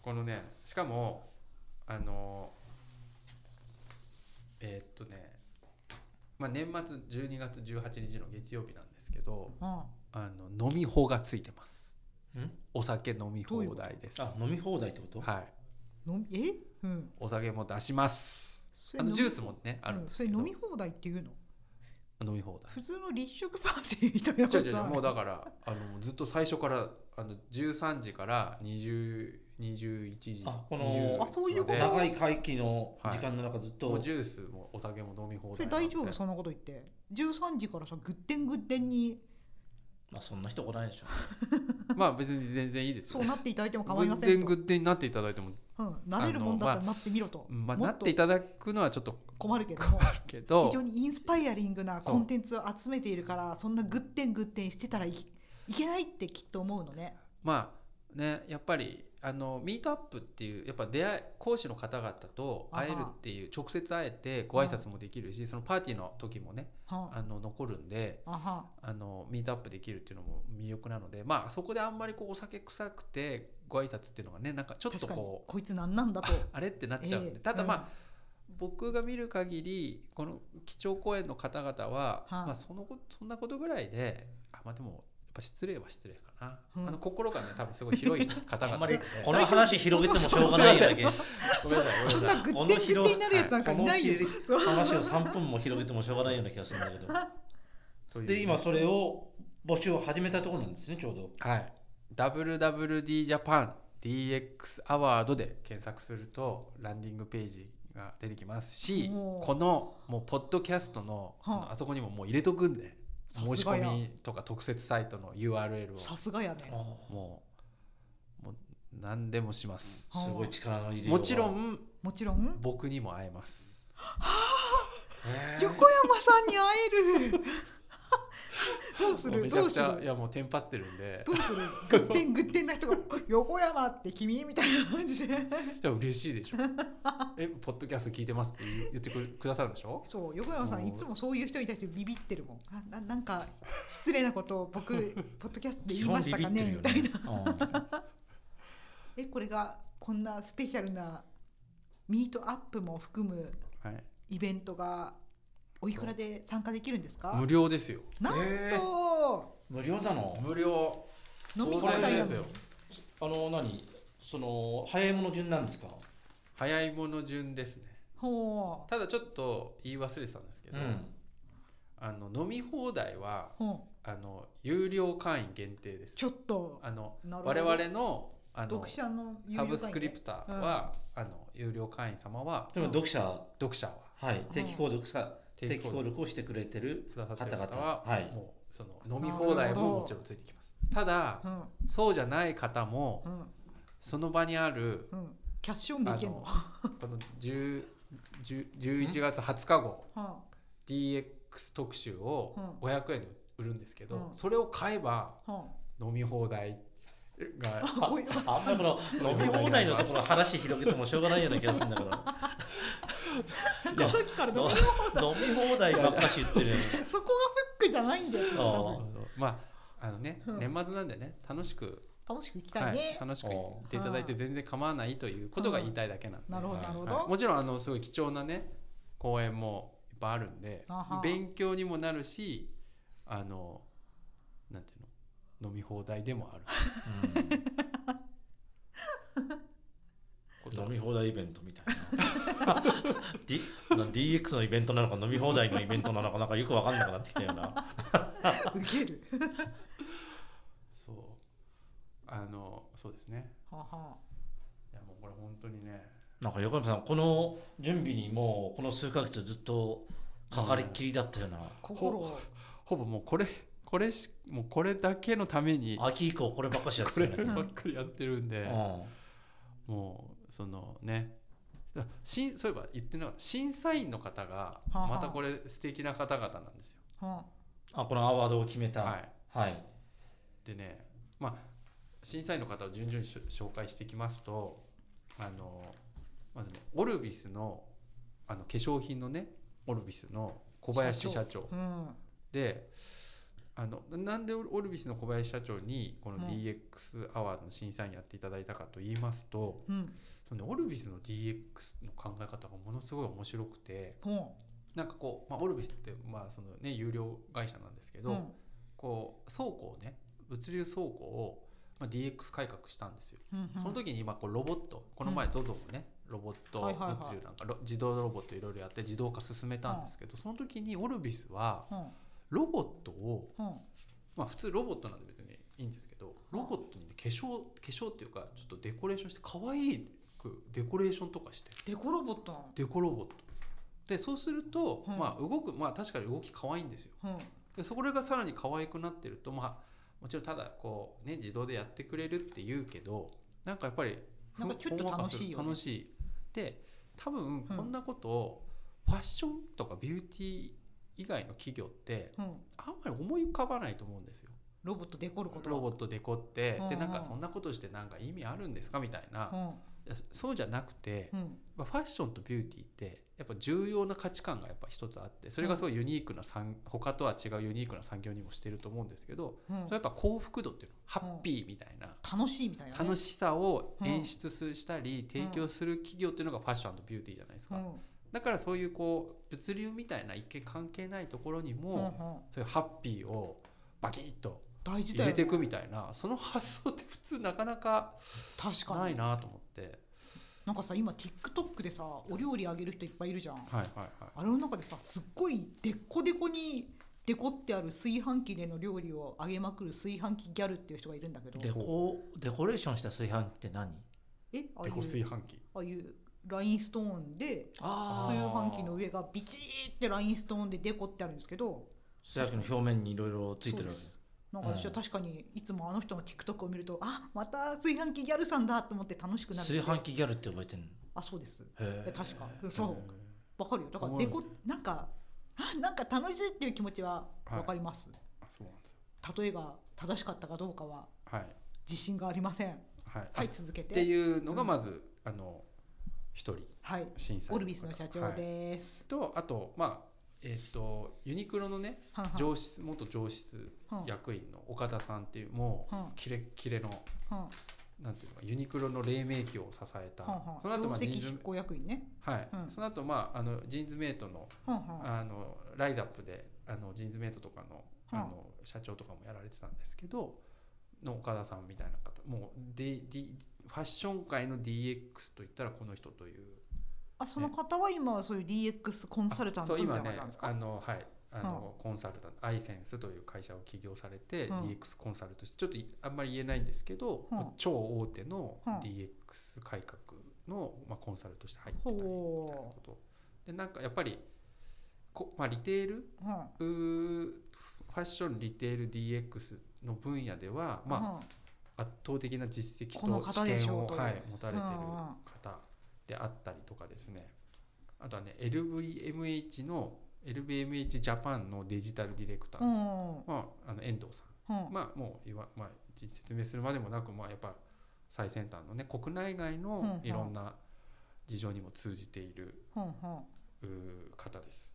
A: このねしかもあのえーっとねまあ年末12月18日の月曜日なんですけど
C: うん
A: あの飲み法がついてます
B: ん
A: お酒飲み
C: どういう
A: 放
C: こと
A: 題です
B: あ飲み放題ってこと、
A: はい
C: 飲みえうん
A: お酒も出します
C: そ
A: あのジュー
C: ス
A: スもねあるんですけ
C: そ
A: ど、
C: れ飲み放題っていうの
A: 飲み放題
C: 普通の立食パーティーみたいな
A: じ
C: こ
A: ゃ
C: と
A: じ
C: な
A: ゃ
C: の
A: もうだからあのずっと最初からあの13時から20 21時
B: あこの
A: 20
C: あそういうこ
A: ま
C: と
A: で
B: 長い会期の時間の中ずっと、
A: もうジュースもお酒も飲み放題
C: それ大丈夫そんなこと言って13時からさグッデングッデンに
B: まあそんな人来ないでしょ
A: まあ別に全然いいです
C: そ
A: よ
C: うなっていただいても構いませ
A: グッデ
C: ん
A: ン
C: と
A: グッデンになっていただいても、
C: うん、なれるもんだったらなってみろと、
A: うんまあ、
C: も
A: な
C: っ
A: っ
C: と
A: ていただくのはちょっと
C: 困るけども
A: けど
C: 非常にインスパイアリングなコンテンツを集めているからそんなグッデングッデンしてたらいいけないってきっと思うのね
A: まあねやっぱりあのミートアップっていうやっぱ出会い講師の方々と会えるっていう直接会えてご挨拶もできるし、そのパーティーの時もね
C: は
A: あの残るんで
C: あは
A: あのミートアップできるっていうのも魅力なのでまあそこであんまりこうお酒臭くてご挨拶っていうのがねなんかちょっと
C: 確かに
A: こう
C: こいつ何なんだと
A: あれってなっちゃうんで、
C: ええ
A: ただまあ
C: うん、
A: 僕が見る限りこの基調講演の方々は、
C: はい
A: まあ、そのこそんなことぐらいであまあでもやっぱ失礼は失礼かな、
C: うん
A: あの心がね多分すごい広い方
B: あ
A: 々
B: んまり
A: で
B: この話広げてもしょうがないよだけ
A: ごめんなさいごめん
C: そん
A: なさい
C: なグッデングッデンになるやつなんかいないよ、そう
B: 話を3分も広げてもしょうがないような気がするんだけど
A: という
B: で今それを募集を始めたところなんですねちょうど
A: はい、WWD ジャパン DX アワードで検索するとランディングページが出てきますし
C: おー
A: このもうポッドキャストの
C: はあ
A: あのあそこにももう入れとくんで
C: さ
A: 申
C: す
A: し
C: がや
A: 込みとか特設サイトの URL を
C: さすがやね
A: もうもう何でもします
B: すごい力の入れよう
A: もちろん
C: もちろん
A: 僕にも会えます
B: へー
C: 横山さんに会えるどうす
A: もう
C: る
A: めちゃ
C: どう
A: く
C: す
A: ちゃ
C: る
A: いやもうテンパってるんで
C: どうするグッテングッテンな人が 「横山って君?」みたいな感じで
A: いや嬉しいでしょえポッドキャスト聞いてますって言う言ってくるくださるでしょ
C: そう横山さん
A: もう
C: いつもそういう人に対してビビってるもんあななんか失礼なことを 僕ポッドキャストで言いましたかねみたいなえこれがこんなスペシャルなミートアップも含む
A: はい
C: イベントがおいくらで参加できるんですか
A: 無料ですよ
C: なん
B: え
C: と、
B: 無料なの
A: 無料
C: 飲み放
A: これ
C: 題
A: で
C: だ
A: す
C: もん
A: よ
B: あの何その早いもの順なんですか
A: 早いもの順ですね
C: ほう
A: ただちょっと言い忘れてたんですけど、あの飲み放題は
C: ほ
A: あの有料会員限定です
C: うちょっと
A: あの
C: なるほ
A: 我
C: ど
A: 々のあの
C: 読者の
A: サ
C: 有料会員ね
A: ブスクリプターは、あの有料会員様は
B: でも読者
A: 読者は
B: はい定期購読さ定
A: 定
B: 期
A: 期
B: 購
A: 購
B: 読をしてくれてる
A: くださってる
B: 方
A: 方
B: 々
A: は、
B: はい
A: もうその飲み放題ももちろんついてきますただ
C: うん
A: そうじゃない方も
C: うん
A: その場にある
C: うんキャッシュオンで
A: あ
C: いけんの
A: のこの10 10 11月20日号 DX 特集を
C: う
A: 500円で売るんですけど、
C: うん
A: それを買えば
C: うんうん
A: 飲み放題が
C: あこういう
B: あんまこの飲み放題のところ話広げてもしょうがないような気がするんだから
C: なんかさっきから飲み
B: 飲み放題ばっかし言ってる
C: そこがフックじゃないんだよ多分
A: まああのね、
C: うん
A: 年末なんでね楽しく、
C: 楽しくいきた
A: はいい
C: ね、、
A: 楽しく行っていただいて
C: うん
A: 全然構わないということが言いたいだけなんで、
C: なるほど
B: はい
C: なるほど、
A: はいもちろんあのすごい貴重なね講演もいっぱいあるんで
C: あは
A: 勉強にもなるしあのなんていうの飲み放題でもあるこ
B: うん
A: と
B: 飲み放題イベントみたいな D DX のイベントなのか飲み放題のイベントなのかなんかよく分かんなくなってきたよな
C: 受ける
A: そうあのそうですね
C: ははい
A: やもうこれ本当にね
B: なんか横山さんこの準備にもうこの数ヶ月ずっとかかりっきりだったよな、
C: 心を
A: ほぼもうこれこれしもうこれだけのために
B: 秋以降こればっかしやって
A: こ
B: た
A: れ
B: よ
A: ば
B: ね、
A: っかりやってるんで、
B: うん
A: もうそのねあしそういえば言ってなかった審査員の方が
C: あはあ
A: またこれ素敵な方々なんですよ。
C: は
B: あこのアワードを決めた
A: は、
B: はいい、
A: でねまあ審査員の方を順々にし紹介していきますとあのまずねオルビスのあの化粧品のねオルビスの小林社長
C: うん
A: であのなんでオルビスの小林社長にこの DX アワードの審査員やっていただいたかと言いますと、
C: うん
A: そのねオルビスの DX の考え方がものすごい面白くて
C: ほ
A: なんかこう、まあ、オルビスってまあそのね有料会社なんですけ
C: うう
A: ど、
C: ん
A: こう倉庫をね物流倉庫を、まあ、DX 改革したんですよ。
C: うんうん
A: その時に今こうロボットこの前 ZOZO もね、ロボット
C: は
A: 物
C: いはいはい
A: 流なんか、ロ自動ロボットいろいろやって自動化進めたんですけど、その時にオルビスは
C: うん
A: ロボットを
C: うん
A: まあ普通ロボットなんで別にいいんですけどロボットに、ね、化粧化粧っていうかちょっとデコレーションして可愛いくデコレーションとかして
C: デコロボットなの
A: デコロボットでそうすると、
C: うん
A: まあ動くまあ確かに動き可愛いんですよ
C: うん
A: でそれがさらに可愛くなってるとまあもちろんただこうね自動でやってくれるって言うけどなんかやっぱりふ
C: なんかちょっと
A: ほんわかする
C: 楽しいよね
A: 楽しいで多分こんなことをファッションとかビューティー以外の企業って
C: うん
A: あんまり思い浮かばないと思うんですよ。
C: ロボットデコること
A: ロボ
C: ッ
A: ットデコって、
C: うんう
A: で
C: ん
A: なんかそんなことしてなんか意味あるんですかみたいな、いやそうじゃなくて、
C: うんうん
A: まあファッションとビューティーってやっぱ重要な価値観がやっぱ一つあってそれがすごいユニークな産他とは違うユニークな産業にもしてると思うんですけど
C: うん
A: それやっぱ幸福度っていうのハッピーみたいな
C: 楽しいみたいなね
A: 楽しさを演出すしたり提供する企業っていうのがファッションビューティーじゃないです
C: うん
A: かだからそういうこう物流みたいな一見関係ないところに
C: うんう
A: も
C: ん
A: そういうハッピーをバキッと
C: 大事だ
A: 入
C: よ
A: れて
C: ね
A: いくみたいなその発想って普通なかなか
C: 確か
A: な
C: に
A: いなと思って
C: なんかさ今 TikTok でさお料理あげる人いっぱいいるじゃん
A: はいはいはい
C: あれの中でさすっごいデッコデコにデコってある炊飯器での料理をあげまくる炊飯器ギャルっていう人がいるんだけど
B: デコデコレーションした炊飯器って何
C: えああい
A: デ
C: う
A: コ炊飯器
C: ああいうラインストーンで
B: あ
C: 炊飯器の上がビチーってラインストーンでデコってあるんですけど
B: 炊飯器の表面にいろいろついてるわけ
C: そうですなんか私は
B: うん
C: 確かにいつもあの人の TikTok を見ると、あまた炊飯器ギャルさんだと思って楽しくなる
B: 炊飯器ギャルって覚えてるの
C: あそうです
B: へ
C: い
B: え
C: や確かそうわかるよだから
A: 思う
C: デ
A: よ
C: コなんかあなんか楽しいっていう気持ちはわかります、
A: あそうなんですよ
C: 例えが正しかったかどうかは
A: はい
C: 自信がありません。
A: はい、
C: はい、
A: っ
C: 続け
A: て
C: て。
A: いうのがまず、あの一人
C: はい、
A: 審査員
C: オルビスの社長
A: はい
C: です。
A: とあとまあえっ、とユニクロのね
C: はんはん
A: 上質元上質
C: はん
A: 役員の岡田さんっていうもう
C: はん
A: キレッキレの
C: はん
A: なんていうのかユニクロの黎明期を支えた
C: はんはん
A: その後まあ
C: 上
A: ジー
C: 席
A: ン
C: 執
A: ズ
C: 行役員ね。
A: はい、
C: うん
A: その後まああのジーンズメイトの
C: はんはん
A: あのライザップであのジーンズメイトとかのあ
C: うん
A: の社長とかもやられてたんですけどの岡田さんみたいな方もう、D D、ファッション界の DX といったらこの人という
C: あ、その方は今はそういう DX コンサルタント
A: そう
C: みた
A: 今ね
C: いな感じなんです
A: あ
C: か。
A: のはいあの、コンサルタントアイセンスという会社を起業されて、
C: うん
A: DX コンサルとしてちょっといあんまり言えないんですけど、
C: うん
A: 超大手の
C: うん
A: DX 改革の、まあ、コンサルとして入ってたりみたいな
C: ほ
A: ことでなんかやっぱりこ、まあ、リテール
C: う。はん
A: うーファッションリテール DX の分野では、ま
C: はん
A: あ、圧倒的な実績
C: この
A: と
C: 方
A: 知
C: でし
A: 見
C: ょ
A: を、
C: うという
A: はい、持たれてる
C: うんうん
A: 方であったりとかですねあとはね LVMH の LVMH ジャパンのデジタルディレクター、
C: うんうん
A: まあ、あの遠藤さん、
C: うん
A: まあもう言わ、まあ、説明するまでもなく、まあ、やっぱ最先端のね国内外
C: うんう
A: の
C: ん
A: いろんな事情にも通じている
C: うんうん
A: うー方です。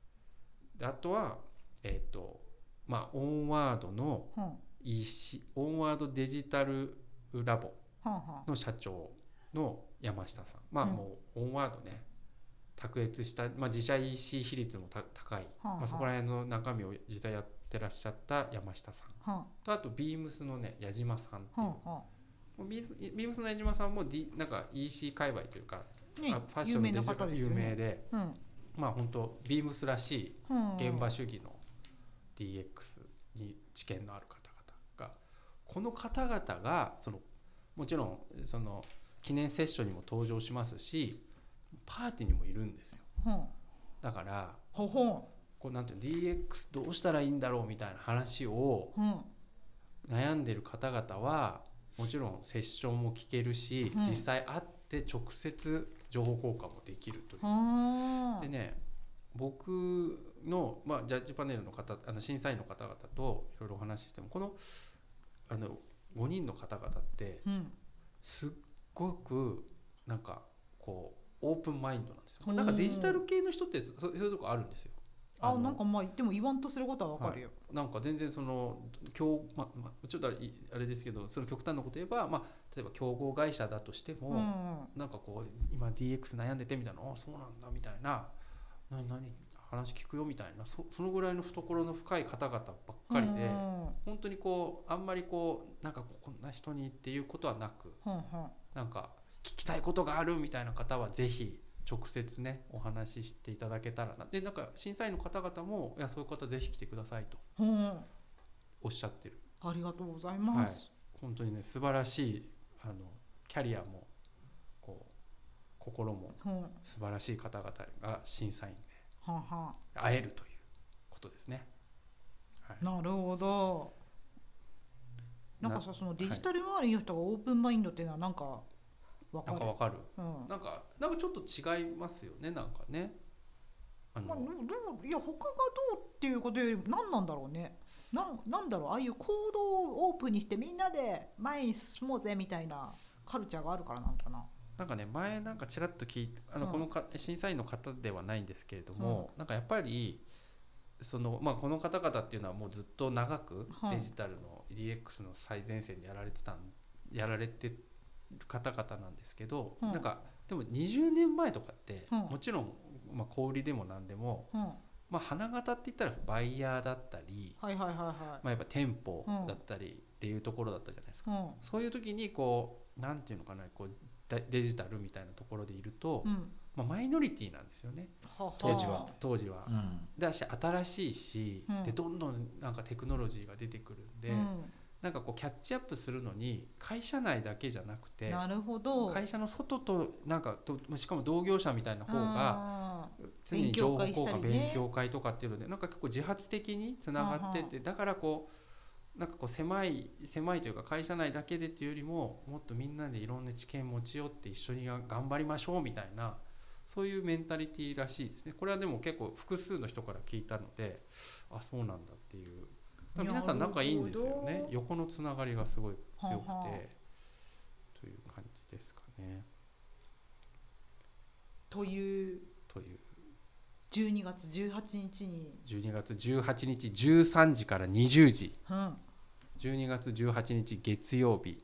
A: であとは、えっとまあ、オンワードの
C: うん
A: EC オンワードデジタルラボ
C: はんはん
A: の社長の山下さんまあ
C: うん
A: もうオンワードね卓越した、まあ、自社 EC 比率もた高い、
C: はあは
A: ま
C: あ
A: あ、そこら辺の中身を実際やってらっしゃった山下さん
C: はん
A: とあとビームスのね矢島さんって
C: は
A: いうん
C: は
A: もうビーズビームスの矢島さんも、D、なんか EC 界隈というか、
C: ん。ね
A: あファッ、ショ
C: 有
A: ン
C: 名
A: デ
C: な
A: ジタ
C: 方
A: ル
C: ですよ
A: 有名
C: ね。
A: で
C: うん
A: まあ本当ビームスらしい
C: うん
A: 現場主義の DX に知見のある方々がこの方々がそのもちろんその記念セッションにも登場しますしパーティーにもいるんですよ
C: うん
A: だから
C: ほほん
A: こうなんていうの DX どうしたらいいんだろうみたいな話を
C: うん
A: 悩んでる方々はもちろんセッションも聞けるし、
C: うん
A: 実際会って直接情報交換もできるという
C: は
A: で
C: ん
A: ね僕の、まあ、ジャッジパネルの方あの審査員の方々といろいろお話ししてもこのあの5人の方々って
C: うん
A: すっごくなんかこうオープンマインドなんです
C: お
A: よ。
C: ー
A: なんかデジタル系の人ってそそういうとこあるんですよ。
C: あ
A: の
C: なんかまあでも言わんとすることはわかるよ。
A: なんか全然その強、ままちょっとあれいあれですけどその極端なこと言えば、まあ、例えば競合会社だとしても、
C: うんうん
A: なんかこう今 DX 悩んでてみたいなあそうなんだみたいな何何話聞くよみたいなそそのぐらいの懐の深い方々ばっかりで、
C: うんうん
A: 本当にこうあんまりこうなんかこんな人にっていうことはなく
C: うん
A: なんか聞きたいことがあるみたいな方はぜひ直接ねお話ししていただけたらなでなんか審査員の方々もいやそういう方ぜひ来てくださいと
C: うんうん
A: おっしゃってる
C: ありがとうございます。
A: 本当にね素晴らしいあのキャリアもこう心も
C: うんは
A: 素晴らしい方々が審査員で
C: んは
A: 会えるということですね。はい
C: んなるほど。なんかさそのデジタル周りの人がオープンマインドっていうのはなんかわか
A: なん
C: る
A: か。わかる。
C: うん。
A: なんかなんかちょっと違いますよね。なんかね。あ
C: まあ、で
A: の
C: もでもいや他がどうっていうことよりも何なんだろうねなんなんだろうああいう行動をオープンにしてみんなで前に進もうぜみたいなカルチャーがあるからなんかな。
A: なんかね前なんかちらっと聞いあの
C: うん
A: このか審査員の方ではないんですけれども、なんかやっぱり。そのまあ、この方々っていうのはもうずっと長く
C: うん
A: デジタルの DX の最前線でやられてたんやられてる方々なんですけど、
C: うん
A: なんかでも20年前とかって、
C: うん
A: もちろん、まあ、小売りでも何でも
C: うん、は
A: まあ、花形って言ったらバイヤーだったり、
C: いはいはいは
A: まあ、やっぱ店舗
C: うん
A: だったりっていうところだったじゃないですか、
C: い。
A: そういう時にこうなんていうのかなこうだデジタルみたいなところでいると、
C: うん、うん、
A: まあ、マイノリティなんですよね
C: はは
B: 当時は
A: 当時は。
B: うん
A: だし新しいし、
C: うん
A: でどんどんなんかテクノロジーが出てくるんで、
C: うん
A: なんかこうキャッチアップするのに会社内だけじゃなくて
C: なるほど。
A: 会社の外となんかとしかも同業者みたいな方が
C: が
A: 常に情報交換
C: 勉強会したりね
A: 勉強会とかっていうのでなんか結構自発的につながっててだからこうなんかこう狭い狭いというか会社内だけでっていうよりももっとみんなでいろんな知見持ち寄って一緒にが頑張りましょうみたいなそういうメンタリティらしいですねこれはでも結構複数の人から聞いたのであそうなんだっていうだから皆さん仲いいんですよ
C: なる
A: ね
C: ほど
A: 横のつながりがすごい強くて
C: はんはん
A: という感じですかね
C: という
A: という
C: 12月18日に、
A: 12月18日13時から20時
C: うん、
A: 12月18日月曜日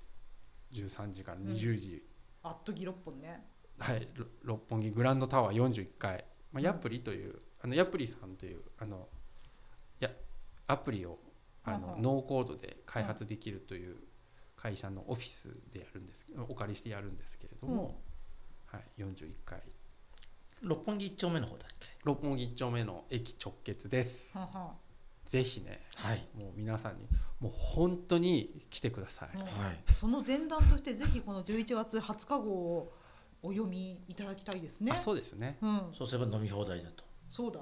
A: 13時から20時、
C: あっとぎ六本ね
A: はいろ六本木グランドタワー41階、まあ、ヤプリという、あのヤプリさんというあのやアプリをあ
C: はん
A: の
C: はん
A: ノーコードで開発できるという会社のオフィスでやるんですけどお借りしてやるんですけれども、はい、41階
B: 六本木一丁目の方だっけ
A: 六本木一丁目の駅直結です
C: は。んは
A: ぜひね
B: はい
A: もう皆さんにもう本当に来てください
C: ん。もう
B: はい
C: その前段としてぜひこの11月20日号をお読みいただきたいですね
A: あそうですね
C: うん、
B: そうすれば飲み放題だと
C: そうだ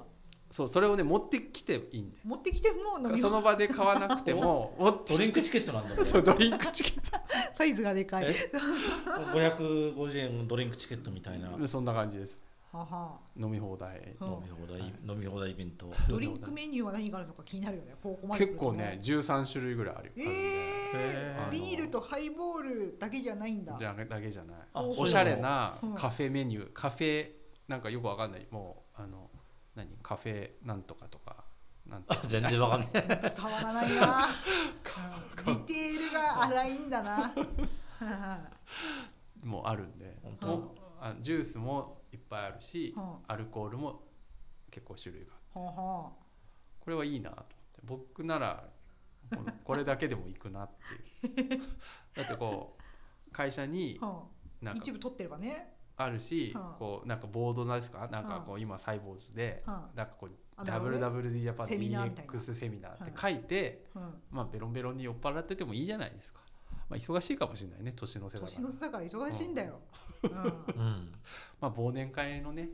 A: そうそれをね持ってきていいんで
C: 持ってきても飲み
A: そ
C: 物
A: の場で買わなくても持って
B: ドリ
A: き
B: ンクチケットなんだけ
A: て
B: ど
A: そうドリンクチケッ
C: サイズがでかい
B: え550円のドリンクチケットみたいな
A: トそんな感じです
C: はは
A: 飲み放題
C: うん
B: 飲み放題、
A: はい
B: 飲み放題イベント。
C: ドリンクメニューは何があるのか気になるよねここまで来
A: 結
C: ると
A: 構ね13種類ぐらいあるあるんで
C: え
A: あ
C: ー、
A: の
C: ビールとハイボールだけじゃないんだ
A: じゃあだけじゃない
B: あ
A: おしゃれ。な
C: うん
A: カフェメニューカフェなんかよくわかんないもうあの何カフェなんとかとかなんと
B: あ
A: か
B: 全然わ かんない。
C: 伝わらないなディテールが荒いんだな
A: もあるんで
B: 本
C: 当
A: もあジュースもいっぱいあるし
C: うん
A: アルコールも結構種類がある
C: ほうほ
A: これはいいなと思って僕ならこのこれだけでも行くなって いうだってこう会社に
C: う
A: なんか
C: 一部取ってればね
A: あるし
C: はあ
A: こうなんかボードなんですかなんかこう今サイボーズで
C: は
A: なんかこ
C: あ
A: う
C: なるほどね
A: WWD ジャパン
C: セミナーみたいな
A: DX セミナーって書いて
C: うん
A: まあベロンベロンに酔っ払っててもいいじゃないですかまあ忙しいかもしれないね年の世代
C: 年の瀬だから忙しいんだよ、うん
B: うん。
A: まあ忘年会のね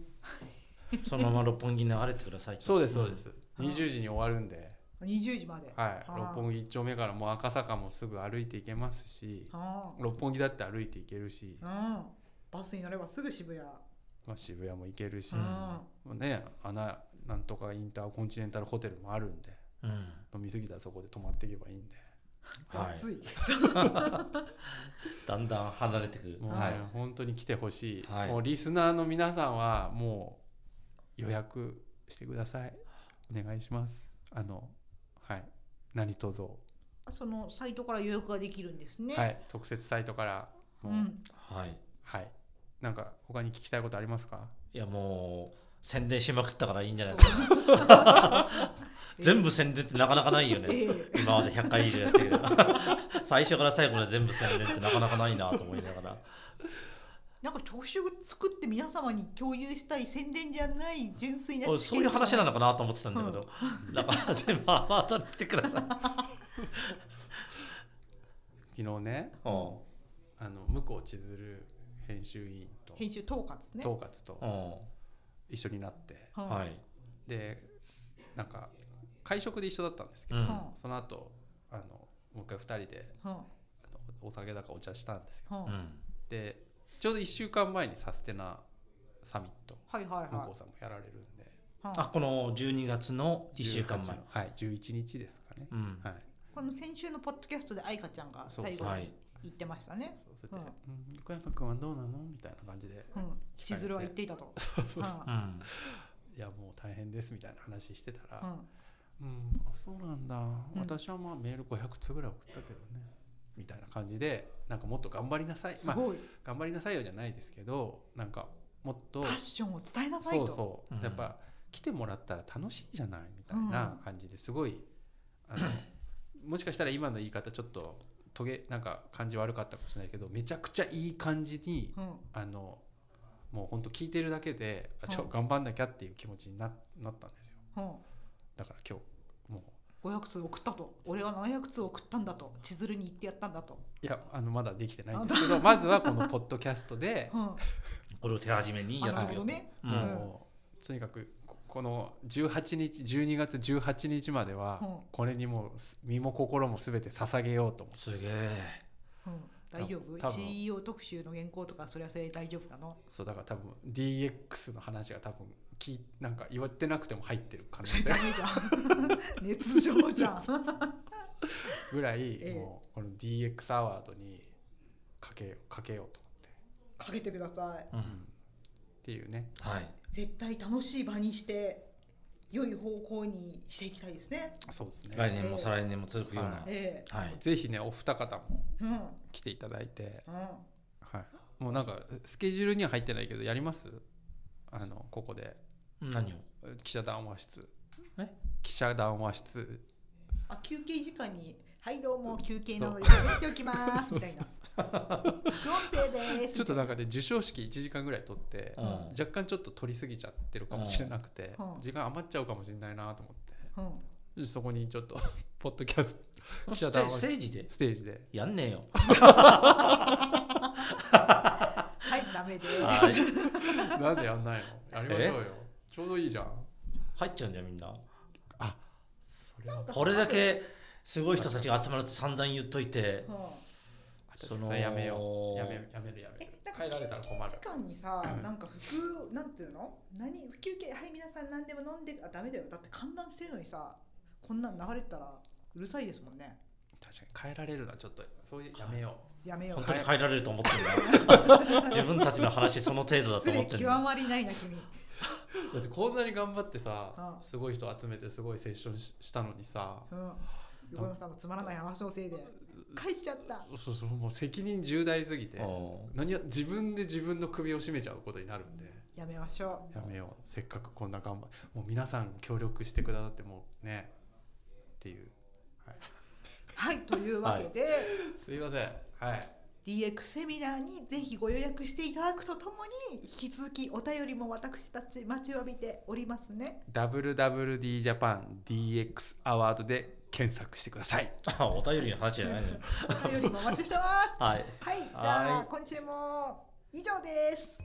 B: そのまま六本木に流れてくださいと。
A: そうですそうです
C: うん
A: 20時に終わるんで
C: 20時まで、
A: はい
C: あ
A: 六本木一丁目からもう赤坂もすぐ歩いていけますし
C: あ
A: 六本木だって歩いて行けるし、
C: うん、バスに乗ればすぐ渋谷、
A: まあ、渋谷も行けるし、
C: うん
A: まあね、穴なんとかインターコンチネンタルホテルもあるんで
B: うん。
A: 飲み過ぎたらそこで泊まっていけばいいんで
C: 雑い、
B: だんだん離れてくる。
A: もう、ね
B: はい。
A: 本当に来てほしい、
B: はい
A: もうリスナーの皆さんはもう予約してくださいお願いしますあのはい何とぞ、
C: そのサイトから予約ができるんですね、
A: はい、特設サイトから
C: う
A: もう、
C: ん、
B: はい。
A: はいなんか他に聞きたいことありますか
B: いやもう宣伝しまくったからいいんじゃないですか。 全部宣伝ってなかなかないよ
C: え
B: ね。
C: え
B: 今まで100回以上やってるけど 最初から最後まで全部宣伝ってなかなかないなと思いながら
C: なんか特集作って皆様に共有したい宣伝じゃない純粋な
B: 俺そういう話な
C: の
B: のかなと思ってたんだけど、 なんか全部アマートに来てください、
A: 昨日ね
B: うん
A: あの向こう千鶴編集委員と
C: 編集統括ね
A: 統括と
B: うん
A: 一緒になって
C: うん
B: はい、
A: でなんか会食で一緒だったんですけ
B: う
A: ど、
B: ん、
A: その後あのもう一回2人で
C: うん
A: あのお酒だかお茶したんですよ
C: うん
B: うん
A: でちょうど1週間前にサステナサミット
C: はいはい
A: 向
C: は
A: こうさんもやられるんで
C: い、うん
B: あこの12月の1週間
A: 18
B: 前
A: の、はい、11日ですかね、
B: うん
A: はい
C: この先週のポッドキャストで愛花ちゃんが
A: そうそう
C: 最後
B: は
C: に
B: い、
C: 言ってましたね
A: そうそれで「うん横山君はどうなの?」みたいな感じで
C: うん千鶴は言っていたと
A: 「そうそうそう
C: うん
B: うん、
A: いやもう大変です」みたいな話してたら「
C: うん
A: うん、あそうなんだ、私はまあメール500通ぐらい送ったけどねみたいな感じでなんかもっと頑張りなさい
C: す
A: まあ
C: ごい
A: 頑張りなさいよじゃないですけどなんかもっと
C: パッションを伝えなさい
A: そ
C: と
A: うそう、
B: うん
A: やっぱ来てもらったら楽しいじゃないみたいな感じですごい、あ のもしかしたら今の言い方ちょっととげなんか感じ悪かったかもしれないけどめちゃくちゃいい感じに
C: うん
A: あのもうほんと聞いてるだけであちょ
C: うん
A: 頑張んなきゃっていう気持ちにななったんですよ
C: うん
A: だから今日もう
C: 500通送ったと俺は700通送ったんだと千鶴に言ってやったんだと、
A: いやあのまだできてないんですけどまずはこのポッドキャスト で
C: うん、
B: これを手始めにや
C: な
B: っ
C: る
B: てみ
C: ほ
B: よ
C: ど
B: う
C: ね
B: うん
A: もうとにかくここの18日12月18日までは
C: うん
A: これにもうす身も心も全て捧げようと思って
B: すげえ
C: うん、大丈
A: 多
C: 夫
A: 分
C: CEO 特集の原稿とかそれはそれで大丈夫なの
A: そうだから多分 DX の話が多分き なんか言ってなくても入ってる可能
C: それ
A: 性
C: ダ
A: が
C: メじゃん熱情じゃん
A: ぐらい、
C: ええ
A: もうこの DX アワードにかけようかけようと
C: かけてください
B: う
A: 思って、う
B: ん
A: んっていうね
B: はい
C: 絶対楽しい場にして良い方向にしていきたいですね
A: そうですね、
B: 来年も再来年も続くような、
A: は
C: ええ
B: はい
A: ぜひねお二方も
C: うんうん
A: 来ていただいて、はい、もうなんかスケジュールには入ってないけどやりますあのここで
B: 何を
A: 記者談話室
B: え
A: 記者談話室
C: あ休憩時間に「はいどうも休憩なのでやっておきます」みたいな「副音声です」
A: ちょっとなんかで授賞式1時間ぐらい取って、
B: うん
A: 若干ちょっと取りすぎちゃってるかもしれなくて、
C: うん
A: 時間余っちゃうかもしれないなと思って、
C: うん
A: そこにちょっと ポッドキャスト記者
B: ス
A: 談
B: テ
A: 話
B: ステージで
A: ステージで
B: やんねえよ
C: はいダメです、
B: はい
A: なんでやんないのやりましょうよちょうどいいじゃん
B: 入っちゃうんだよみんな
A: それは
B: これだけすごい人たちが集まると散々言っといて
C: うん、
A: 私それやめようやめやめるやめ
C: え
A: る
C: なんか
A: 変えられたら困る
C: 時間にさなんか服なんていうの何休憩はい皆さん何でも飲んであダメだよだって寒暖してるのにさこんなん流れてたらうるさいですもんね
A: 確かに変えられるのはちょっとそういうやめよ
C: やめよ
B: 本
C: う
B: 当に変えられると思ってるな自分たちの話その程度だと
C: 失
B: 思
C: 礼
B: って
C: 極
B: るの
C: まりないな君
A: うだってこんなに頑張ってさ
C: うん
A: すごい人集めてすごいセッションししたのにさ
C: うん横山さんのつまらない話のせいで帰っちゃった
A: そうそうもう責任重大すぎて
B: うん
A: 何や自分で自分の首を絞めちゃうことになるんで
C: やめましょ
A: やめようせっかくこんな頑張もう皆さん協力してくださってもうねっていう、はいう
C: はいというわけで、
A: すいませんはい、
C: DX セミナーにぜひご予約していただくとともに引き続きお便りも私たち待ちわびておりますね
A: WWDJapanDX アワードで検索してくださ い
B: あお便りの話じゃないの よ
C: お便りもお待ちしてます
B: はい
C: はいじゃあ
B: はい
C: 今週も以上です